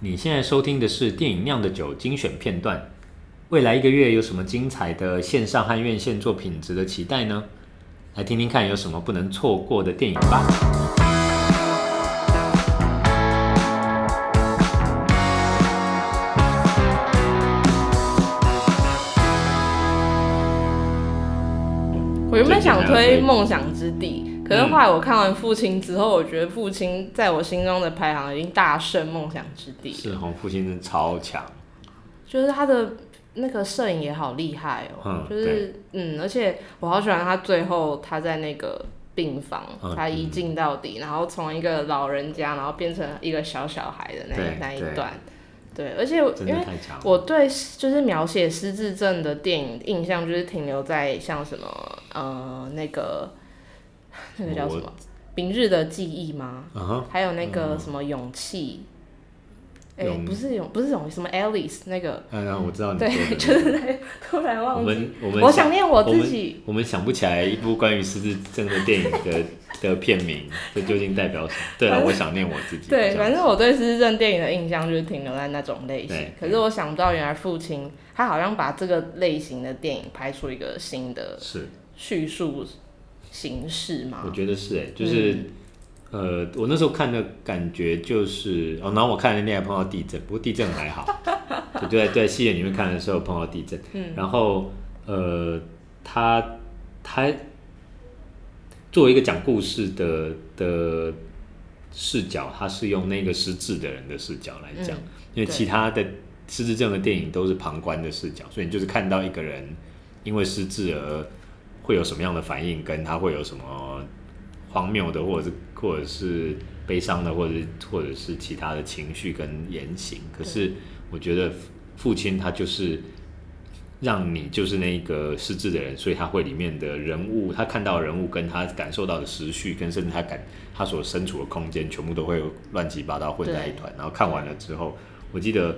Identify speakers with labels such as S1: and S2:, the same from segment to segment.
S1: 你现在收听的是电影《酿的酒》精选片段。未来一个月有什么精彩的线上和院线作品值得期待呢？来听听看有什么不能错过的电影吧。
S2: 我原本想推《梦想之地》，可
S1: 嗯
S2: 是后来我看完《父亲》之后，我觉得《父亲》在我心中的排行已经大胜《梦想之地》了，
S1: 是红父亲真的超强，
S2: 就是他的那个摄影也好厉害哦、
S1: 嗯
S2: 就是嗯，而且我好喜欢他最后他在那个病房，
S1: 嗯
S2: 他一镜到底，然后从一个老人家，然后变成一个小小孩的那
S1: 对
S2: 那一
S1: 对
S2: 段，对，而且我
S1: 真
S2: 因为
S1: 的太强了。
S2: 我对就是描写失智症的电影印象就是停留在像什么呃那个那个叫什么《明日的记忆》吗？
S1: 嗯哼，
S2: 还有那个什么勇气，哎、
S1: 嗯勇
S2: 不是勇，不是勇，什么 Alice 那个，
S1: 嗯，然后我知道你说
S2: 对，
S1: 的。
S2: 就是在突然
S1: 我
S2: 忘记，
S1: 们我们
S2: 我想念我自己。
S1: 我们想不起来一部关于失智症的电影的的片名，这究竟代表什么？对啊了，我想念我自己。
S2: 对，
S1: 这样
S2: 反正我对失智症电影的印象就是停留在那种类型
S1: 对。
S2: 可是我想不到，原来父亲他好像把这个类型的电影拍出一个新的
S1: 是，
S2: 叙述形式
S1: 我
S2: 嘛。
S1: 觉得是哎、就是、呃，我那时候看的感觉就是，哦，然后我看了恋爱碰到地震，不过地震还好， 就就在在戏院里面看的时候碰到地震，
S2: 嗯
S1: 然后呃，他他作为一个讲故事的的视角，他是用那个失智的人的视角来讲，
S2: 嗯
S1: 因为
S2: 对
S1: 其他的失智症的电影都是旁观的视角，所以你就是看到一个人因为失智而会有什么样的反应，跟他会有什么荒谬的，或者是或者是悲伤的，或者是或者是其他的情绪跟言行。可是我觉得父亲他就是让你就是那个失智的人，所以他会里面的人物，他看到的人物跟他感受到的时序，跟甚至他感他所身处的空间，全部都会乱七八糟混在一团。然后看完了之后，我记得。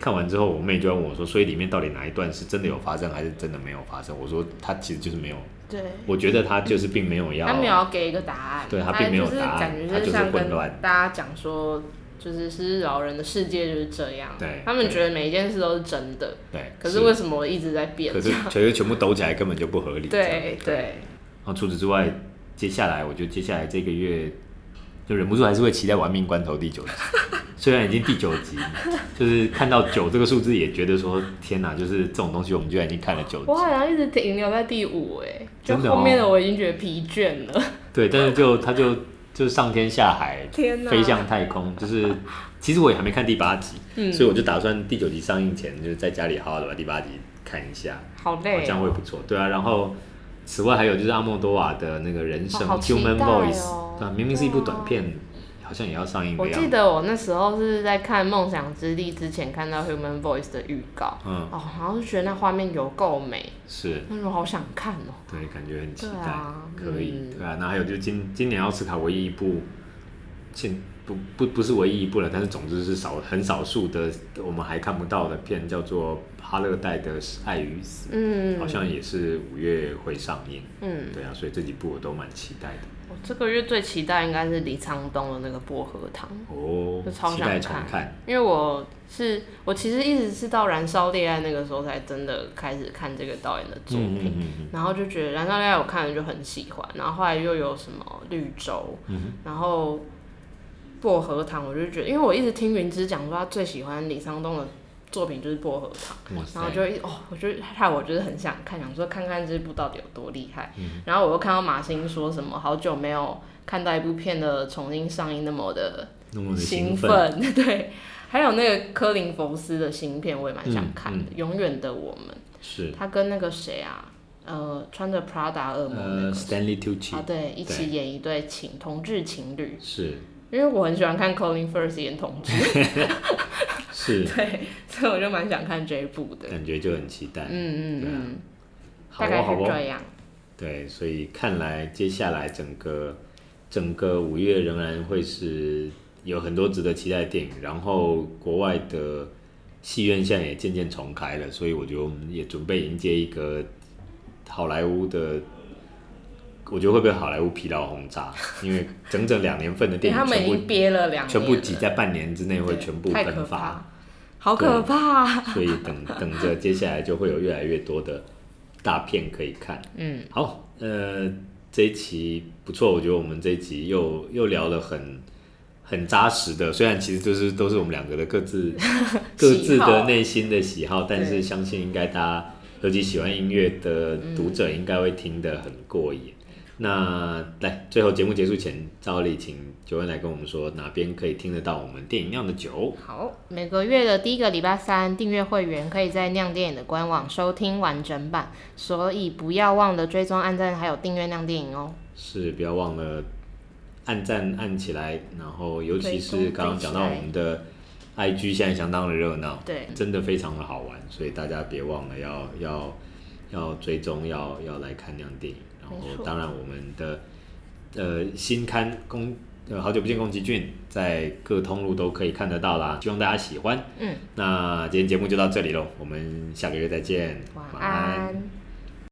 S1: 看完之后，我妹就问我说：“所以里面到底哪一段是真的有发生，还是真的没有发生？”我说：“他其实就是没有，
S2: 对，
S1: 我觉得他就是并没有要，
S2: 他没有要给一个答案，
S1: 对他
S2: 他
S1: 并没有
S2: 就是
S1: 答案
S2: 感觉
S1: 他就是
S2: 是像
S1: 混
S2: 跟
S1: 乱
S2: 大家讲说，就是是老人的世界就是这样，
S1: 对
S2: 他们
S1: 对
S2: 觉得每一件事都是真的，
S1: 对。
S2: 可是为什么我一直在变
S1: 可？是 全部全部抖起来根本就不合理。这样
S2: 对对，
S1: 然后除此之外，接下来我觉得接下来这个月就忍不住还是会期待《玩命关头》第九集， 虽然已经第九集，就是看到九这个数字也觉得说天哪，就是这种东西我们居然已经看了九集
S2: 我。好像一直停留在第五哎，就
S1: 真的哦
S2: 后面的我已经觉得疲倦了，
S1: 对，但是就他就就上天下海，
S2: 天哪，
S1: 飞向太空，就是其实我也还没看第八集，
S2: 嗯
S1: 所以我就打算第九集上映前，就是在家里好好的把第八集看一下。
S2: 好
S1: 好
S2: 累
S1: 像
S2: 哦，
S1: 会不错。对啊，然后此外还有就是阿莫多瓦的那个人生、
S2: 哦好期
S1: Human
S2: 待
S1: Voice，、
S2: 哦
S1: 对啊、明明是一部
S2: 对啊
S1: 短片，好像也要上映的
S2: 我
S1: 样
S2: 记
S1: 子。
S2: 得我那时候是在看《梦想之地》之前看到《Human Voice》的预告，
S1: 嗯，
S2: 哦，然后就觉得那画面有够美，
S1: 是，
S2: 那种好想看哦。
S1: 对，感觉很期
S2: 对
S1: 待，
S2: 啊
S1: 可以，
S2: 嗯
S1: 对啊。那还有就是今今年奥斯卡唯一一部，现不不不是唯一一部了，但是总之是少很少数的我们还看不到的片，叫做《哈勒戴的爱与死》，
S2: 嗯，
S1: 好像也是五月会上映。
S2: 嗯，
S1: 对啊，所以这几部我都蛮期待的。
S2: 我这个月最期待应该是李沧东的那个薄荷糖，
S1: 哦
S2: 就，超
S1: 期
S2: 想
S1: 待
S2: 看
S1: 重看。
S2: 因为我是我其实一直是到《燃烧恋爱》那个时候才真的开始看这个导演的作
S1: 嗯嗯
S2: 品。
S1: 嗯嗯，
S2: 然后就觉得《燃烧恋爱》我看了就很喜欢，然后后来又有什么绿洲，
S1: 嗯
S2: 然后薄荷糖，我就觉得，因为我一直听云芝讲说他最喜欢李沧东的作品就是薄荷糖。
S1: 哇塞
S2: 然后就一哦，我就害我就是很想看，想说看看这部到底有多厉害。
S1: 嗯
S2: 然后我又看到马欣说什么好久没有看到一部片的重新上映那么的
S1: 那么的兴
S2: 兴奋
S1: 奋，，
S2: 对。还有那个科林·佛斯的新片，我也蛮
S1: 嗯
S2: 想看的，永远的我们》。
S1: 是
S2: 他跟那个谁啊，呃，穿着 Prada 恶魔那
S1: 呃
S2: 个、
S1: ，Stanley Tucci
S2: 啊，对，一起演一对情同志情侣。
S1: 是
S2: 因为我很喜欢看 Colin Firth 演同志，
S1: 是，
S2: 对，所以我就蛮想看这一部的。
S1: 感觉就很期
S2: 嗯
S1: 待，
S2: 嗯
S1: 对啊
S2: 嗯，
S1: 好
S2: 大
S1: 哦
S2: 概
S1: 好
S2: 是
S1: 哦，
S2: 这样。
S1: 对，所以看来接下来整个整个五月仍然会是有很多值得期待的电影，然后国外的戏院现在也渐渐重开了，所以我觉得我们也准备迎接一个好莱坞的。我觉得会被好莱坞疲劳轰炸， 因为整整两年份的
S2: 因为
S1: 电
S2: 他
S1: 影
S2: 们已
S1: 全
S2: 经
S1: 部
S2: 憋了两年了，
S1: 全部挤在半年之内会
S2: 对
S1: 全部
S2: 太可
S1: 喷
S2: 怕
S1: 发，，
S2: 好可怕。
S1: 所以等等着接下来就会有越来越多的大片可以看。
S2: 嗯，
S1: 好，呃，这一期不错，我觉得我们这一集又又聊了很很扎实的，虽然其实就是都是我们两个的各自各自
S2: 喜
S1: 的
S2: 好
S1: 内心的喜好，但是
S2: 对
S1: 相信应该大家尤其喜欢音乐的读者应该会听得很过瘾。那来，最后节目结束前，照例请九恩来跟我们说哪边可以听得到我们电影酿的酒。
S2: 好，每个月的第一个礼拜三，订阅会员可以在酿电影的官网收听完整版，所以不要忘了追踪、按赞还有订阅酿电影哦。
S1: 是不要忘了按赞按起来，然后尤其
S2: 追
S1: 是
S2: 踪
S1: 刚刚讲到
S2: 追
S1: 我
S2: 起来
S1: 们的 IG 现在相当的热闹，
S2: 对，
S1: 真的非常的好玩，所以大家别忘了要要要追踪，要要来看那样电影。然后
S2: 没错
S1: 当然我们的呃新刊宫呃好久不见宫崎骏在各通路都可以看得到啦，希望大家喜欢。
S2: 嗯，
S1: 那今天节目就到这里喽，我们下个月再见，
S2: 晚
S1: 晚安
S2: 安